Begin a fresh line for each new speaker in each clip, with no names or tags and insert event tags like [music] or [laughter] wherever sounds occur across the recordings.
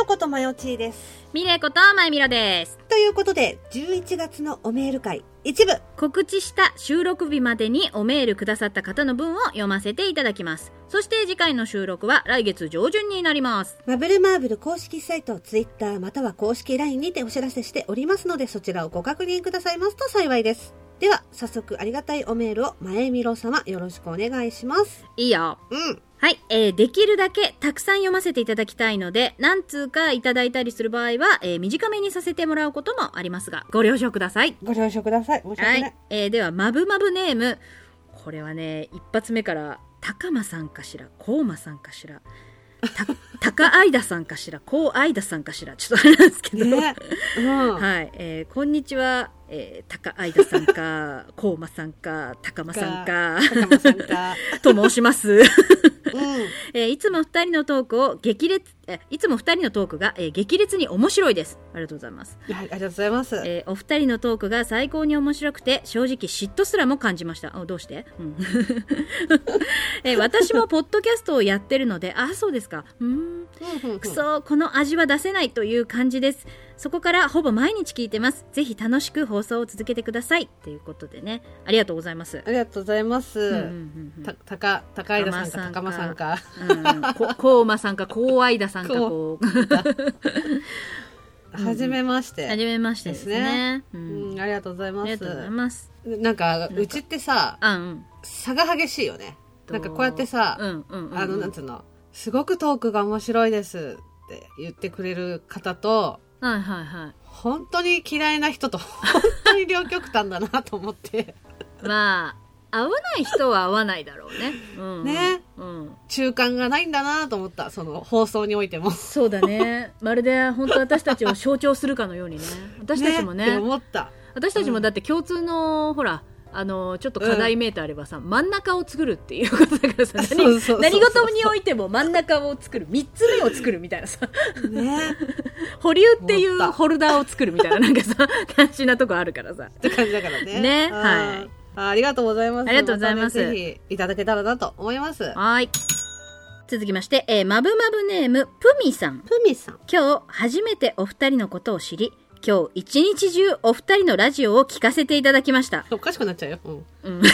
オことマヨチーです。
ミレイことまゆみろです。
ということで、11月のおメール会、一部。
告知した収録日までにおメールくださった方の分を読ませていただきます。そして次回の収録は来月上旬になります。
マブルマーブル公式サイト、ツイッター、または公式 LINE にてお知らせしておりますので、そちらをご確認くださいますと幸いです。では、早速ありがたいおメールを、前見ろ様、よろしくお願いします。
いいよ。
うん。
はい、えー、できるだけたくさん読ませていただきたいので、何通かいただいたりする場合は、えー短めにさせてもらうこともありますが、ご了承ください。
ご了承ください。申し訳
は
ない。
い、 [laughs] えーでは、まぶまぶネーム。これはね、一発目から、高間さんかしら、こうまさんかしら、た [laughs] 高愛田さんかしら、こう愛田さんかしら、ちょっとあれなんですけど。
ね [laughs] うん。
はい、えーこんにちは、えー、高愛田さん
[laughs]
か、こうまさんか、高間さんか、
高間さんか。
と申します。 [laughs]
うん。
えーいつも二人のトークを激烈、えーいつも二人のトークが、えー激烈に面白いです。ありがとうございます。
はい、ありがとうございます。
えーお二人のトークが最高に面白くて、正直嫉妬すらも感じました。あどうして、うん、 [laughs] えー私もポッドキャストをやってるので、あ、そうですか。うーん。
うんうん
くそーこの味は出せないという感じですそこからほぼ毎日聞いてますぜひ楽しく放送を続けてくださいということでねありがとうございます
ありがとうございます。
うんうんうん
た、たか、高井田さんか、高間さんか。
うんうんここうまさんかこうあいださんかこうん
はじめまして。
はじめましてですね。う
うんん、ありがとうござい
あ
ま
り
す
が。とうございます。
なんか、うちってさ、
あ、うん。
差が激しいよね。
と
なんかこうやってさ、
うんうんうん。
あの、なんつうの、すごくトークが面白いですって言ってくれる方と、
はいはいは
本当に嫌いな
[laughs]
人と、本当に両極端だなと思って、
い。まあ、合わない人は合わないだろうね。うん。
ね。
うん。
中間がないんだなと思った、その放送においても。
そうだ [laughs] ね。まるで本当私たちを象徴するかのようにね。私たちも
っ
ね
て、思った。
私たちもだって共通の、ほら、あの、ちょっと課題メーターあればさ、真ん中を作るっていうこと
[laughs]
だからさ、何
そうそうそうそう
何事においても真ん中を作る、三つ目を作るみたいなさ。
ね。
保留ってい
思っ
う
た
ホルダーを作る
[laughs]
みたいななんかさ感じなとこあるからさ
って感じだからね。
ね
うん
はい
あ。ありがとうございます。
ありがとうございます
たねぜひいただけたらなと思います。ふ
はい続きまして、えー、まぶまぶネームぷみさん
みさん。
今日初めてお二人のことを知り今日一日中お二人のラジオを聞かせていただきました
おかしくなっちゃうよ。うん
[laughs]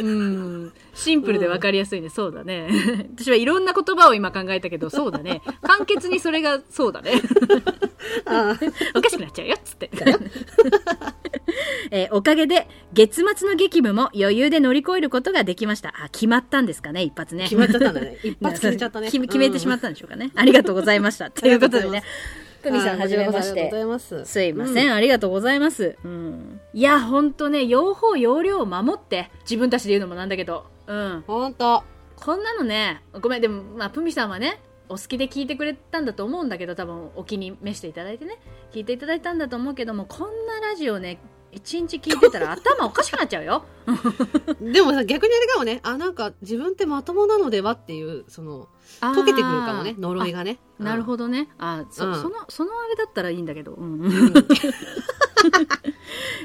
うんシンプルでわかりやすいね、そうだね [laughs] 私はいろんな言葉を今考えたけどそうだね簡潔にそれがそうだね
あ
[laughs] おかしくなっちゃうよっつって、 [laughs] えーおかげで月末の激務も余裕で乗り越えることができましたあ決まったんですかね一発ね
決まっちゃったんだ
[laughs]
ね。一発決めちゃったね。
決め決めてしま
っ
ったんでしょうかね。ありがとうございま
[laughs]
した。ということでね。
た
久美さん、はじめまし
ありがとう
て。
ございます。
すいません,、
う。
ありがとうございます。うん。いや、ほんとね、用法、用量を守って、自分たちで言うのもなんだけど、うん。
ほんと。
こんなのね、ごめん、でも、まあ、プミさんはね、お好きで聞いてくれたんだと思うんだけど、多分、お気に召していただいてね、聞いていただいたんだと思うけども、こんなラジオね、一日聞いてたら頭おかしくなっちゃうよ。
でもさ、逆にあれかもね。あ、なんか自分ってまともなのではっていう、その、
[laughs] あー
溶けてくるかもね。呪いがね。
なるほどね。あ、そ、
うん
その、そのあれだったらいいんだけど。うん。 [laughs]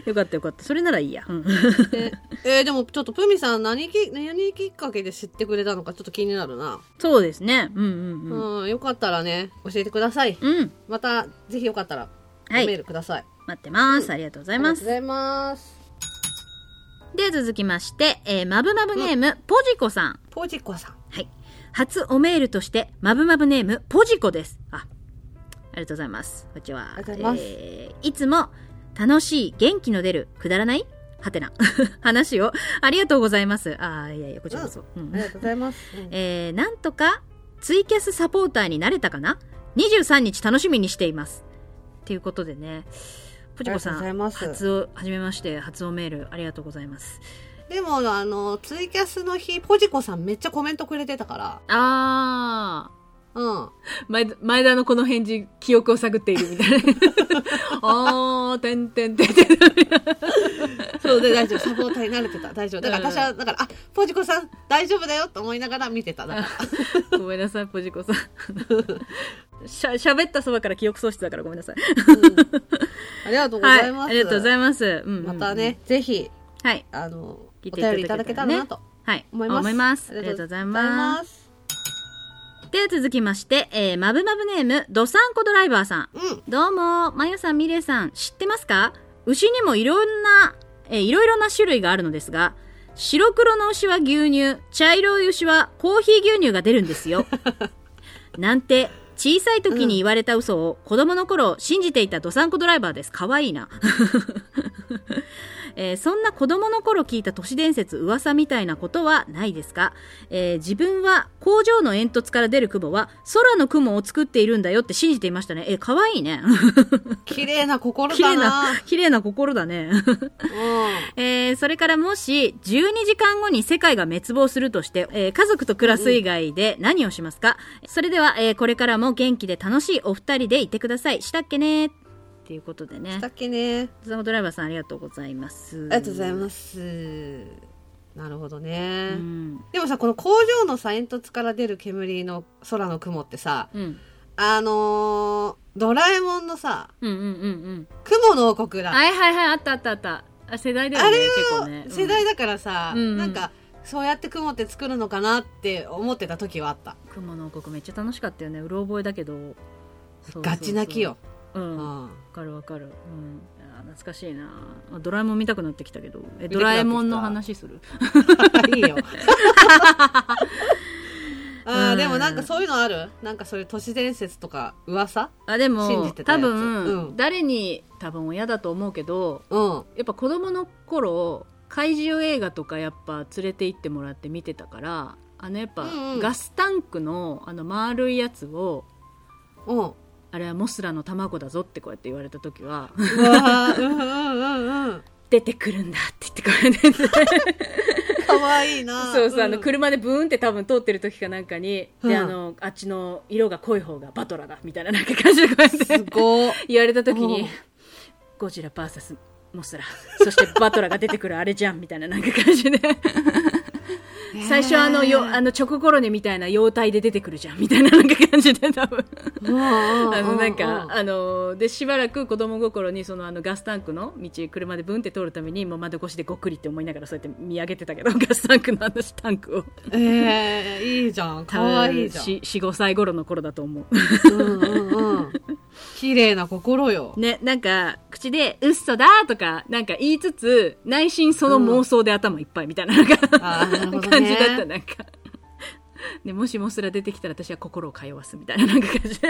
よかったよかった。それならいい
[laughs]
や。うん
ど。でえーでもちょっとプミさん何き、何きっかけで知ってくれたのかちょっと気になるな。
そうですね。うんうんうん。
うん、よかったらね、教えてください。
うん。
また、ぜひよかったら、お
は
メー
い。
ルください。
待ってます。ありがとうございま
ありが
す。
とうございます。
で、続きまして、えー、まぶまぶネーム、ポジコさん。
ポジコさん。
はい。初おメールとして、まぶまぶネーム、ポジコです。あ、ありがとうございます。こんにちは。
ありがとうございます
えーいつも、楽しい、元気の出る、くだらないはてな。 [laughs] 話を、ありがとうございます。あーいやいや、こちらこそ。うん
ありがとうございます。
えーなんとかツイキャスサポーターになれたかな23日楽しみにしていますということでねポジコさ
ありがとうんございます
初をはじめまして初おメールありがとうございます
でも、あの、ツイキャスの日、ポジコさんめっちゃコメントくれてたから、
あ
うん。
ー前前田のこの返事記憶を探っているみたい [laughs] なあーてんてんてんてん
そうで、大丈夫。サポーターに慣れてた。大丈夫。だから私は、だから、あ、ポジコさん大丈夫だよと思いながら見て [laughs] た。だから
ごめんなさいポジコさん [laughs] しゃ喋ったそばから記憶喪失だからごめんなさい
ありがとうご
は
ざ
い
います。
ありがとうござ
い
います、うんうんうん
またね、ぜひ、
はい
あの、
聞い
お
ていた
便
だけ
りいた
たらね
だけたらなと
はい
思います。
ありがとうござい
ありが
ま
とうございます。
すでは続きまして、えー、まぶまぶネーム、ドサンコドライバーさん。
うん。
どうも、まゆさん、みれさん、知ってますか牛にもいろんな、えーいろいろな種類があるのですが、白黒の牛は牛乳、茶色い牛はコーヒー牛乳が出るん
[laughs]
ですよ。なんて、小さい時に言われた嘘を子供の頃信じていたドサンコドライバーです。かわいいな。 [laughs] えーそんな子供の頃聞いた都市伝説噂みたいなことはないですか、えー自分は工場の煙突から出る雲は空の雲を作っているんだよって信じていましたね。えー、かわいいね。
綺麗な心
[laughs] 綺
だ
麗
な。
な、綺麗な心だね。えーそれからもし12時間後に世界が滅亡するとして、えー家族と暮らす以外で何をしますか、それでは、えーこれからも元気で楽しいお二人でいてください。したっけねっていうことで
う
ね
ん。だ。っけね。
ザコドライバーさんありがとうございます。
ありがとうござい
す。
ます。なるほどね
う。ん。
でもさ、この工場のさ、煙突から出る煙の空の雲ってさ、
うん。
あのー、ドラえもんのさ、
うんうんうんうん。
雲の王国だ。
はいはいはい、あったあったあった。あ世代だよね、結構ね。
世代だからさ、
うん
なんか、そうやって雲って作るのかなって思ってた時はあった。
うん雲の王国めっちゃ楽しかったよね。うろ覚えだけど。そうそうそう
ガチ泣きよ。。
うん。
うん [laughs]
わかるわかる、うん、あー懐かしいなあドラえもん見たくなってきたけど
見たくなっ
えド
てきた
ラえもんの話
[laughs]
する
いい
[laughs]
よ。あ
う
ー
ん
でもなんかそういうのあるなんかそういう都市伝説とか噂
あで
信
も
じてた
多
やつ
分、
うん
誰に多分親だと思うけど
うん。
やっぱ子供の頃怪獣映画とかやっぱ連れて行ってもらって見てたからあのやっぱ、
うんうん
ガスタンクのあの丸いやつを
うん。うわ
あれはモスラの卵だぞってこうやって言われた時は [laughs]
ーうんうんうんうん。
出てくるんだって言ってこうやって
かわいいな。
そうそう、
ん
あの車でブーンって多分通ってる時かなんかに、
うん
であのあっちの色が濃い方がバトラだみたいななんか感じでこうや
す
って
ごい。
言われた時
うん
にゴジラ VS モスラそしてバトラが出てくるあれじゃんみたいななんか感じで [laughs] 最初はあのよあのチョココロネみたいな妖体で出てくるじゃんみたいななんか感じで多分
うんうんうんうん、
あのなんかあのでしばらく子供心にそのあのガスタンクの道車でブンって通るためにもう窓越しでごっくりって思いながらそうやって見上げてたけどガスタンクのあのタンクを。
ええいいじゃん。かわいいじゃん。
45歳頃の頃だと思
うんうんうん。綺麗な心よ
う。ねなんか口で「うっそだ」とかなんか言いつつ内心その妄想で頭いっぱいみたいななんか、
あーなるほどね
感じだったなんか。でもしもすら出てきたら私は心を通わすみたいななんか感じで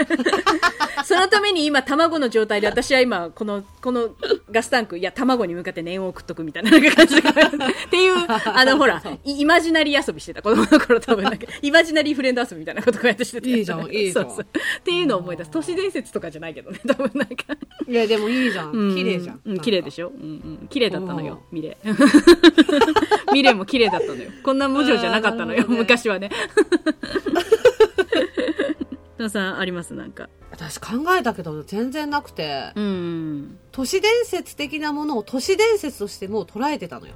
そのために今卵の状態で私は今このこのガスタンクいや卵に向かって念を送っとくみたいななんか感じでっていうあのほらイイマジナリー遊びしてた子供の頃多分なんかイマジナリーフレンド遊びみたいなことこうやってしてた
いいじゃんいいじゃん
そうそうっていうのを思い出す都市伝説とかじゃないけどね多分なんか
いや、でもいいじゃん。
う
綺麗じゃん。
う
なん
ん
か
綺麗でしょ、うんうん、綺麗だったのよミレ [laughs] ミレも綺麗だったのよこんな文字じゃなかったの
あーなる
よ、
ほどね
昔はね [laughs] 田さんありますなんか
私考えたけど、全然なくて、
うん
都市伝説的なものを都市伝説としてもう捉えてたのよ。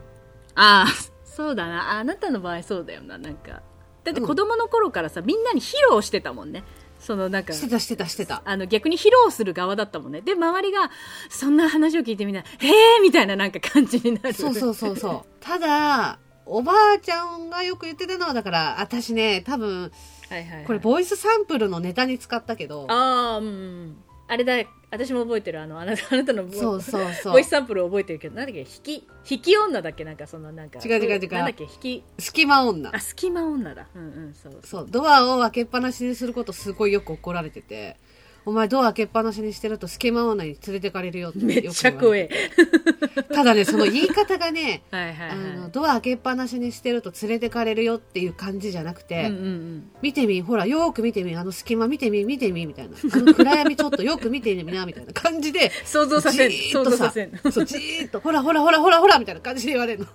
ああそうだなあなたの場合そうだよななんかだって子供の頃からさ、みんなに披露してたもんねそのなんか
してたしてたしてた。
あの逆に披露する側だったもんねで周りがそんな話を聞いてみんな「へえ!」みたいななんか感じになる
そうそうそう
[laughs]
そう。ただ、おばあちゃんがよく言ってたのは、だから、私ね、多分、
[laughs] はいはいはい
これ、ボイスサンプルのネタに使ったけど、
ああうんうんあれだ私も覚えてるあのあなたあ [laughs] なたのボ
そうそうそ
ボ
う
イス。サンプル覚えてるけどなんだっけ引き引き女だっけなんかそのなんか
違う違う違う
なんだっけ引き
隙間女
あ。隙間女だうんうんそう
そう、ドアを開けっぱなしにすることすごいよく怒られてて、お前ドア開けっぱなしにしてると隙間女に連れてかれるよってよく
めっちゃ
[laughs]
怖え、
言われてただね、その言い方がね
はいはいは
あ
い
の、ドア開けっぱなしにしてると連れてかれるよっていう感じじゃなくて、
うんうんうん
見てみ、ほら、よーく見てみ、あの隙間見てみ、見てみ、みたいな。あの暗闇ちょっとよく見てみな、みたいな感じで、
想像させん
じーっ
想
と
像
さ
させん
そう、じーっと、ほらほらほらほらほら、みたいな感じで言われるの。
ほ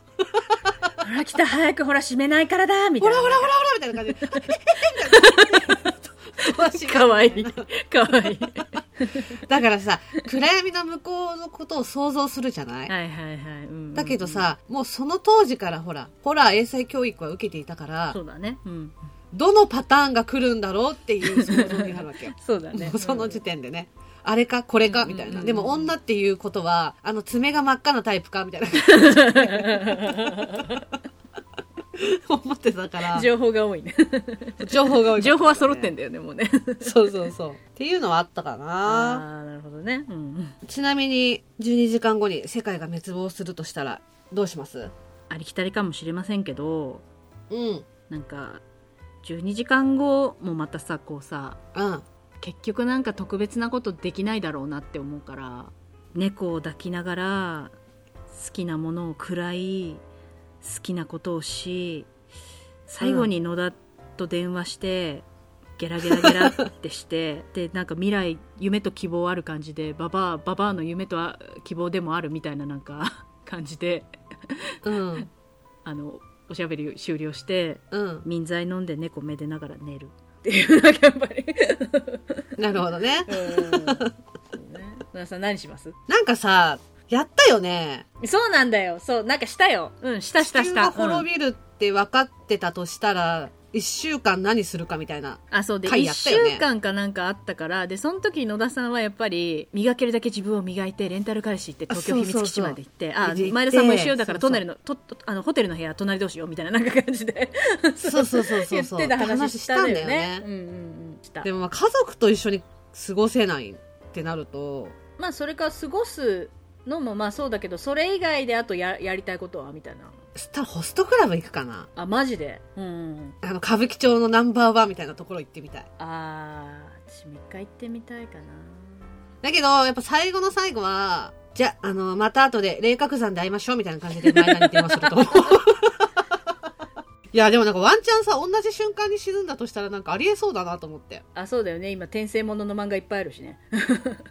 ら来た早くほら閉めないからだみた
ほ
い
ら
な
ほらほらほら、みたいな感じで。みたいな
かわいいかわいい
だからさ、暗闇の向こうのことを想像するじゃない、
はいはいはいうんうんうん
だけどさ、もうその当時からほら、ホラー英才教育は受けていたから
そ、うだね
[laughs]
うん
どのパターンが来るんだろうっていう想像になるわけよ。
そうだ [laughs] ね
もうその時点でね。あれかこれかみたいな。でも女っていうこと
[laughs]
は、あの爪が真っ赤なタイプかみたいな。思ってたから
情報が多いね
[laughs] 情報が多い、
情報は揃ってん
だ
だよねもうね
そうそうそうっていうのはあったかな
あーなるほどね、うん、
ちなみに12時間後に世界が滅亡するとしたらどうします
ありきたりかもしれませんけど
うんうん
なんか12時間後もまたさこうさ
あ
結局なんか特別なことできないだろうなって思うから猫を抱きながら好きなものを食らい好きなことをし最後に野田と電話して、ゲラゲラゲラってしてでなんか未来夢と希望ある感じでババアババアの夢とあ希望でもあるみたいななんか感じで
うん
あのおしゃべり終了して
うん
民剤飲んで猫めでながら寝るっていうなんかやっぱり。
なるほどね
[laughs] うん。さん何します
なんかさやったよね
そうなんだよ。そう、なんかしたよ。うん、したした
地
し
球
た。
が滅びるって分かってたとしたら、一週間何するかみたいな。
うんあ、そうで、
回
一
やったよね
週間かなんかあったから、で、その時野田さんはやっぱり、磨けるだけ自分を磨いて、レンタル彼氏行って、東京
あそう
秘
そうそう
密基地まで行って、
行
あ
って、
前田さんも一緒よだから、
そ
ト
うそう
ンネルの、と、とあの、ホテルの部屋、隣同士よ、みたいな、なんか感じで、
そうそうそうそう
言
そ
っ
う。
てた話したんだよ
話
ね
し。た
うんんうんうん。した
で。もまあ家族と一緒に過ごせないってなると、
まあ、それから過ごすのも、まあそうだけど、それ以外であとや、やりたいことはみたいな。
スタホストクラブ行くかな。
あ、マジで。うんうんうん。
あの、歌舞伎町のナンバーワンみたいなところ行ってみたい。
あー私も一回行ってみたいかな
だけど、やっぱ最後の最後は、じゃ、あの、また後で、霊覚山で会いましょうみたいな感じで前田に電話す [laughs] ると思う。いや、でもなんかワンチャンさ、同じ瞬間に死ぬんだとしたらなんかありえそうだなと思って。
あそうだよね今転生ものの漫画いっぱいあるしね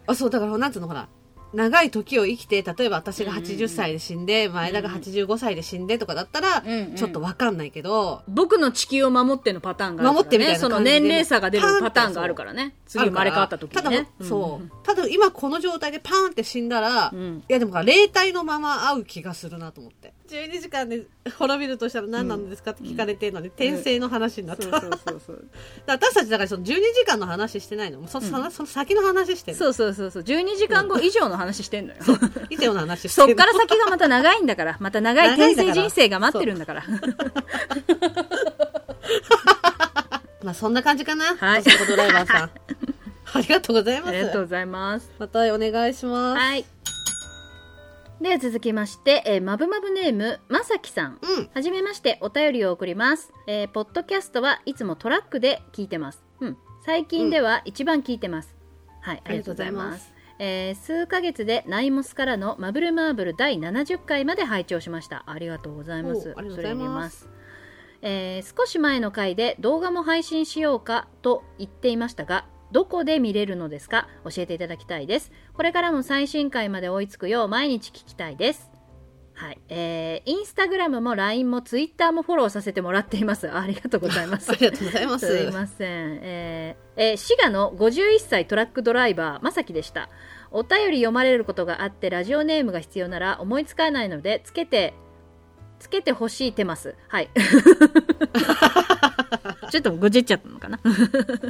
あそうだからなんつうのほら長い時を生きて例えば私が
うんうんうん
80歳で死んで、前田が85歳で死んでとかだったら、
うんうん
ちょっとわかんないけど、
僕の地球を守ってのパターンがあるから、ね、
守ってみたいな
その
感じで
年齢差が出るパターンがあるからね次生まれ変わった時に
ある
ね
からただ、そうただ今この状態でパーンって死んだら、
うん、
い
うん
やでもほら霊体のまま会う気がするなと思って12時間で滅びるとしたら何なんですかって聞かれてるのに、転生の話になった、
そう
だか
そうそうそう
ら私たちだからその12時間の話してないのもうそ,、
うん
その先の話してる
[laughs] そうそうそうそう12時間後以上の話してんのよ
以上の話して
そ
る
っから先がまた長いんだからまた長い転生人生が待ってるんだから
まあそんな感じかな
はい
ということでドライバー
[laughs]
さんありがとうございま
あ
す
りがとうございます
またお願いします。
はいでは続きまして、えー、まぶまぶネームまさきさん
うん。
はじめまして、お便りを送ります。えーポッドキャストはいつもトラックで聞いてます。うん。最近では一番聞いてます。はい、ありがとうござい
ありがとうございま
ま。
す
えー数ヶ月でナイモスからのマブルマーブル第70回まで拝聴しました。ありがとうございます。
おありがとうございます
それにえー少し前の回で動画も配信しようかと言っていましたが、どこで見れるのですか教えていただきたいです。これからも最新回まで追いつくよう毎日聞きたいです。はい、えー、インスタグラムも LINE も Twitter もフォローさせてもらっています。あありがとうございます
あ。りがとうございます。
すいません。えーえー滋賀の51歳トラックドライバー、まさきでした。お便り読まれることがあって、ラジオネームが必要なら思いつかないので、つけて、つけてほしいてます。はい。ちょっとごじっちゃったのかな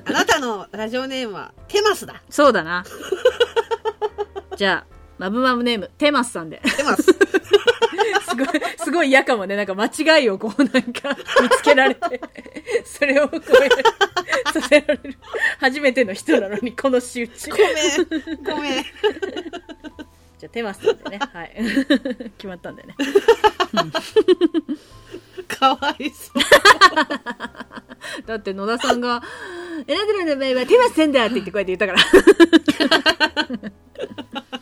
あなたのラジオネームはテマスだ。
そうだな。じゃあ、マブマブネーム、テマスさんで。
テマ [laughs] ス。
すごい、すごい嫌かもね。なんか間違いをこうなんか見つけられて、それをこう、させられる。初めての人なのに、この仕打ち。
ご
じゃ
めん。ごめん。
あ、手マスなんで [laughs] ね。はい。決まったんだよね。
かわいそう。
だって野田さんが、え、なんでなんだお前は手マスせんだって言ってこうやって言った [laughs] から。
[laughs]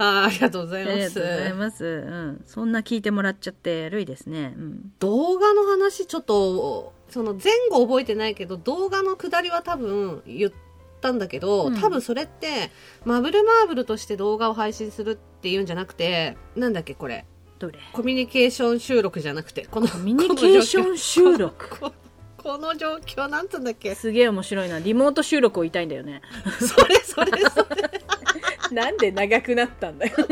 あーありがとうござい
あり
ま
がとうござい
す。
ます。うん。そんな聞いてもらっちゃって、るいですね。うん。
動画の話ちょっと、その前後覚えてないけど、動画の下りは多分言ったんだけど、
うん
多分それって、マブルマーブルとして動画を配信するっていうんじゃなくて、なんだっけこれ。
どれ
コミュニケーション収録じゃなくて、この、コ
ミニケーション収録。
ここの状況なんつうんだっけ
[laughs] すげえ面白いな。リモート収録を言いたいんだよね。
それそれそれ
[laughs] なんで長くなったんだよ。 [laughs]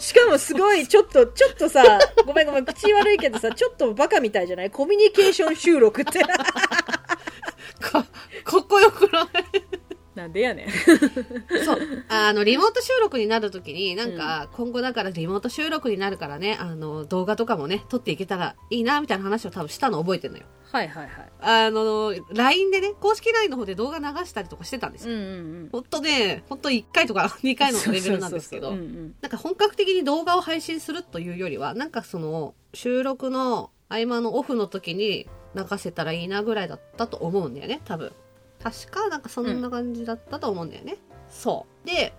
しかもすごい、ちょっと、ちょっとさ、ごめんごめん、口悪いけどさ、ちょっとバカみたいじゃないコミュニケーション収録って。
かかっこよくない
[laughs] なんでやねん。
そう。あの、リモート収録になるときに、なんか、今後だからリモート収録になるからね、あの、動画とかもね、撮っていけたらいいな、みたいな話を多分したの覚えてるのよ。
はいはいはい。
あの、LINE でね、公式 LINE の方で動画流したりとかしてたんです
うん
よ。
うんうん。
ほんとね、ほんと1回とか2回のレベルなんですけ
そ
ど
うそう、そうそううん
なんか本格的に動画を配信するというよりは、なんかその、収録の合間のオフの時に流せたらいいなぐらいだったと思うんだよね、多分。確か、なんかそんな感じだったと思うんだよね。そう。で、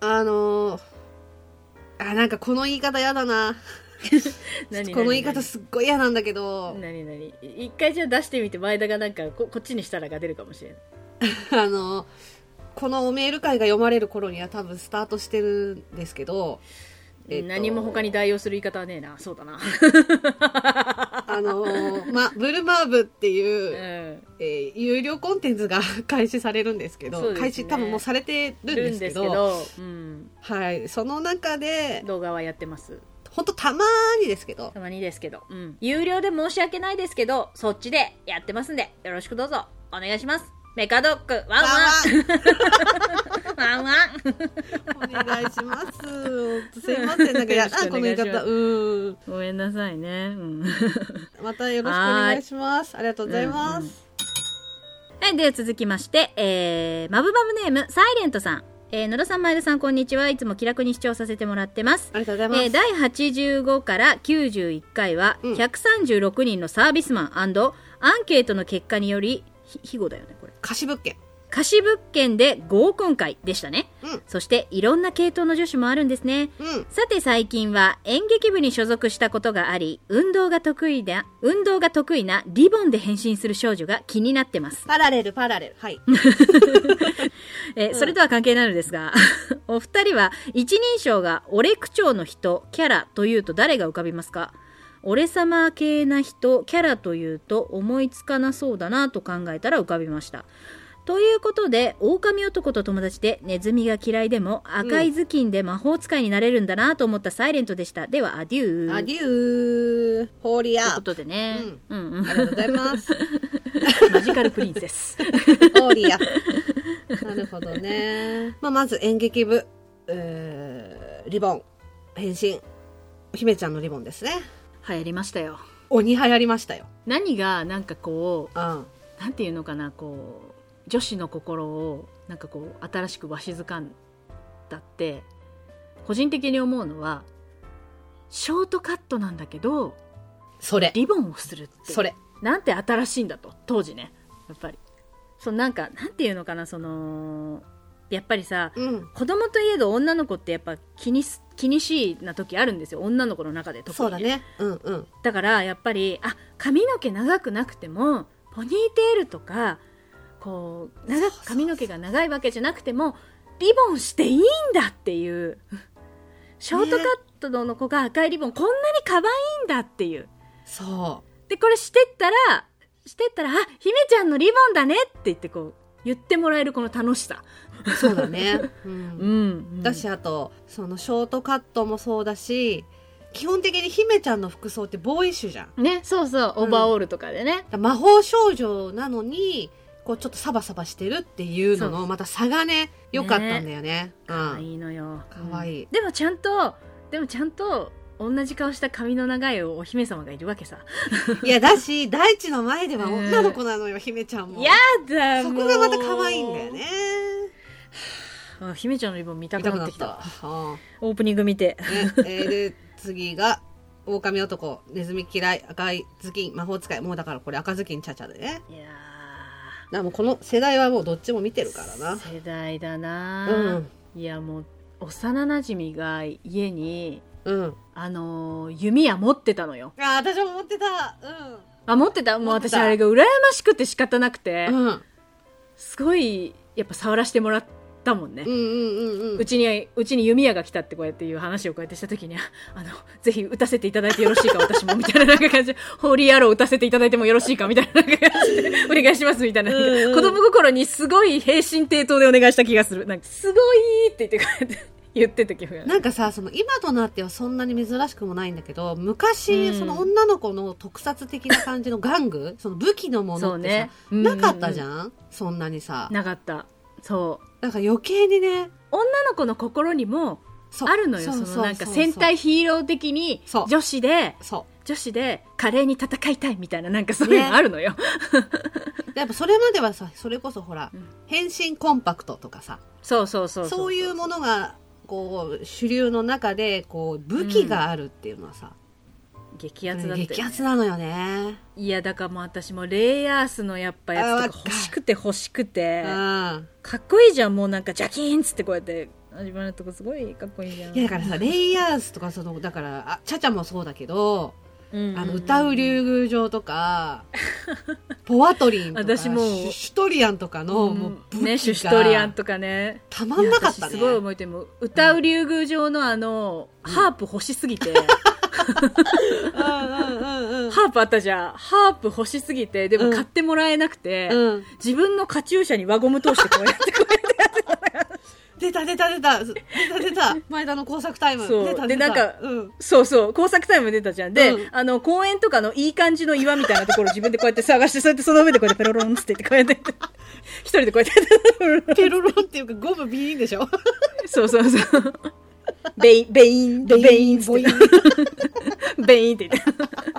あのーあ、なんかこの言い方嫌だな。
うん。
この言い方すっごい嫌なんだけど、
なになに一回じゃあ出してみて前田がなんかここっちにしたらが出るかもしれない
あのーこのメール会が読まれる頃には多分スタートしてるんですけど、えっと
何も他に代用する言い方はねえなそうだな
あの [laughs] ーま、ブルマーブっていうう、
ん
えー有料コンテンツが開始されるんですけど
そうですね
開始多分もうされてるんですけど
うん、
はい、その中で
動画はやってます
本当たまにですけど
たまにですけど、うん、有料で申し訳ないですけどそっちでやってますんでよろしくどうぞお願いしますメカドッグワンワンワン [laughs] ワ
お願いしますほんとすいませんなんかやだこの [laughs] 言い
よろしくお願いし
方
ます
うん
ンごめんなさいね、うん、
またよろしくお願いしますありがとうございます、
うんうんはい、では続きまして、えー、マブマブネーム、サイレントさん。えー、野田さん、前田さん、こんにちは。いつも気楽に視聴させてもらってます。
ありがとうござい
え
ます、
ー、第85から91回は、
うん
136人のサービスマンアンケートの結果により、ひ非語だよね、これ。
貸し物件
貸し物件で合コン会でしたね。
うん
そして、いろんな系統の女子もあるんですね。
うん
さて最近は演劇部に所属したことがあり運動が得意な運動が得意なリボンで変身する少女が気になってます
パラレルパラレルはい
えーそれとは関係ないのですが、 [laughs] お二人は一人称が俺口調の人、キャラというと誰が浮かびますか俺様系な人、キャラというと思いつかなそうだなと考えたら浮かびました。ということで、狼男と友達でネズミが嫌いでも赤い頭巾で魔法使いになれるんだなと思ったサイレントでした。では、アデュー。
アデューホーリ
という
ア
こ
あ
とでね。うん、うん、
りがとうございます
マジカルプリンセ [laughs] です。
オーリア。なるほどね。まあ、まず演劇部、えーリボン、変身。姫ちゃんのリボンですね。
流行りましたよ。
鬼流行りましたよ。
何がなんかこう、
うん。
なんていうのかなこう女子の心をなんかこう新しくわしづかんだって個人的に思うのはショートカットなんだけど
それ。
リボンをするって
それ。
なんて新しいんだと当時ねやっぱりそのなんかなんていうのかなそのやっぱりさ
うん。
子供といえど女の子ってやっぱ気にす気にしいな時あるんですよ女の子の中で特に
そうだね。うんうん。
だからやっぱりあ髪の毛長くなくてもポニーテールとかこう長く髪の毛が長いわけじゃなくてもリボンしていいんだっていうショートカットの子が赤いリボン、こんなに可愛いんだっていう
そ
でこれしてったらしてったらあ姫ちゃんのリボンだねって言ってこう言ってもらえるこの楽しさ
う。そうだ [laughs] ね。う。
うんん
だし、あと、そのショートカットもそうだし、基本的に姫ちゃんの服装ってボーイッシュじゃん。だか
ねそうそうオーバーオールとかでね、
ら魔法少女なのに、こうちょっとサバサバしてるっていうの
そうそ
の、また差がね、良かったんだよね。
可
うん。
愛いのよ
可愛い
うんでもちゃんとでもちゃんと同じ顔した髪の長いお姫様がいるわけさ
いや、だし、大地の前では女の子なのよ、姫ちゃんも。
やだ
そ
も
こ
う
がまた可愛いんだよね。
あ姫ちゃんのリボン見た
見
く
たく
な
なっ
っ
て
きた
た。うん
オープニング見て
ね、えーで、次が、狼男、ネズミ嫌い、赤い頭巾、魔法使い。もうだからこれ赤頭巾ちゃちゃでね。だか
いや
らもうこの世代はもうどっちも見て
ー
るからな。
世代だな
う
ー
ん。
いやもう幼なじみが家に
うん。
あのー弓矢持ってたのよ
あー、私も持ってた。う
あ持ってたもう
持って
私
た
あれが羨ましくて仕方なくて、
ん。うん。
すごいやっぱ触らせてもらったもんね
うんうんうんう。
うんちに、うちに弓矢が来たってこうやっていう話をこうやってしたときに、あ [laughs] あの、ぜひ打たせていただいてよろしいか、私も、みたいな [laughs] なんか感じで、ホーリーアロー打たせていただいてもよろしいか、みたいななんか感じで、お願いします、みたいな。
うんうん
子供心にすごい平身低頭でお願いした気がする。なんか、すごいって言ってこうやって言ってた気 [laughs] が
なんかさ、その今となってはそんなに珍しくもないんだけど、昔、
うん
その女の子の特撮的な感じの玩具、その武器のもの
そう
ってさ
ね。、な
なかったじゃ
ん。
ん、そんなにさ。
なかった。そう。
だから余計にね
女の子の心にも
そう
あるのよ
う
そうの
う
なんか戦隊ヒーロー的に
そう
女子で
そ
女子で華麗に戦いたいみたいななんかそういうのあるのよ、
うやっぱそれまではさそれこそほら、
うん
変身コンパクトとかさ
そうそうそう
そういうものがこう主流の中でこう武器があるっていうのはさ、
激アツだったよね
激アツなのよね、
いやだからもう私もレイアースのやっぱやつとか
あわかる
欲しくて欲しくて
うん
かっこいいじゃんもうなんかジャキーンっつってこうやって始まるとこすごいかっこいいじゃ
い
ん
やだからさレイヤースとかそのだからあちゃちゃもそうだけど、
うんん
あの歌う竜宮城とかポワトリンとか
私もう
シュシュトリアンとかの、もう武器が、
ねシュシュトリアンとかね
たまんなかったね
いや私すごい思えてもう歌う竜宮城のあの、ハープ欲しすぎて [laughs]
うんうんうんうん
ハープあったじゃんハープ欲しすぎてで
う
も
ん
買ってもらえなくて、
うん
自分のカチューシャに輪ゴム通してこうやってこうやって
出た出た出た出た出た前田の工作タイム
そう
出た
で
出た
なんか
うん、
そうそう工作タイム出たじゃんで、
うん
あの公園とかのいい感じの岩みたいなところ自分でこうやって探してそうやってその上でこうやってペロロンっつって言ってこうやって [laughs] 一人でこうやって
[laughs] ペロロンっていうかゴムビーンでしょ
そうそうそうベインベインベインっつっ
[laughs] ボイン
てベインって言っ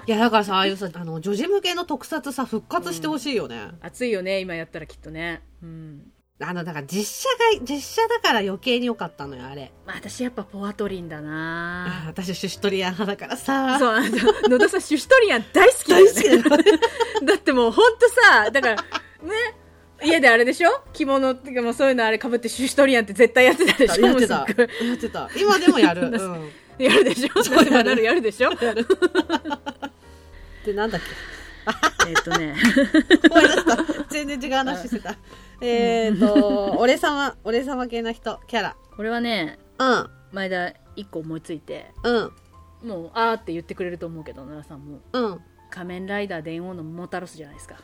て
いやだからさああいうさあの女児向けの特撮さ復活してほしいよね、
熱いよね今やったらきっとねうん
あのだから実写が実写だから余計に良かったのよあれ
まあ私やっぱポワトリンだ
あー
な
私シュシュトリアン派だからさ
そうあの野田さんシュシュトリアン大好きだ
大
よ
好
ね
きだよ
だってもうほんとさだからね家であれでしょ着物っていうかもうそういうのあれかぶってシュシュトリアンって絶対やってたでしょ
やってた
もうすっごい
やってた今でも [laughs] やる、う、
そうん
っ
[laughs] やるでしょ
そうやる
なるやるで [laughs] しょ
てなんだっ
えっとね。
[laughs] け思い出した全然違う話してたえっと俺様俺様系の人キャ
これはね、
ラ
前田一個思いついて、
うんうん
もう、あーって言ってくれると思うけど、奈良さんも。
うんうわ
仮面ライダー伝王のモータロスじゃないですか。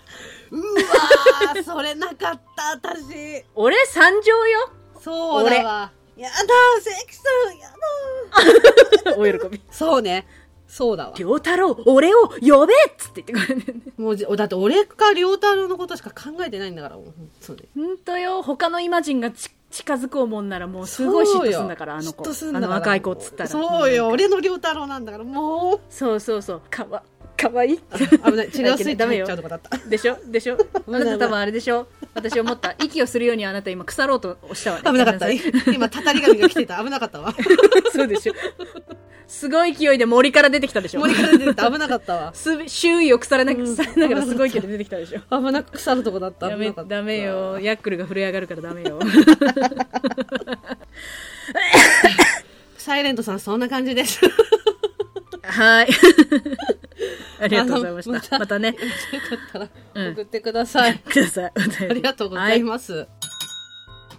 ーそれなかった私
俺参上よ
そうだわやだ関さんやだ
お喜び。
そうねそうだわ
[laughs] 良太郎、俺を呼べっつって言ってくれるね。
もうじだって俺か良太郎のことしか考えてないんだからもうそうね
ほんとよ、他のイマジンがち近づく思んならもうすごい嫉妬すんだから、あの子。
嫉妬すんだ
あ
から
の若い子っつったら。
そうよ
うん
俺の良太郎なんだから
[laughs]
もう
そうそうそう。かわ、かわいい。
危ない違うスイッチ
ダメ
入っ
よ
ちゃうとこだった
でしょで
[laughs]
しょあ
ない
なた多分あれでしょ私思った。息をするようにあなた今腐ろうとしたわね。
危なかった。
ごめんなさい [laughs]
今、たたり神が来てた。危なかったわ。
そうでしょ。すごい勢いで森から出てきたでしょ。
森から出てた。危なかったわ。
す周囲を腐らな,、
うん
されながらすごい勢いで出てきたでしょ。
危なく腐るとこだった。[laughs]
ダ
危
メ
なかった
ダメ。よ。ヤックルが震え上がるからダ
[laughs]
メよ。
サイレントさん、そんな感じです。
はい。 [laughs] ありがとうございました。
あのま
ま
た
たね、
よかったら、
うん
送ってください。
ください。お便り
ありがとうござい
は
ます。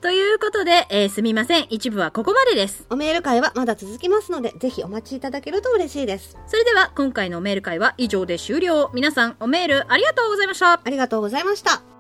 ということで、えーすみません。一部はここまでです。
おメール会はまだ続きますので、ぜひお待ちいただけると嬉しいです。
それでは、今回のメール会は以上で終了。皆さん、おメールありがとうございました。
ありがとうございました。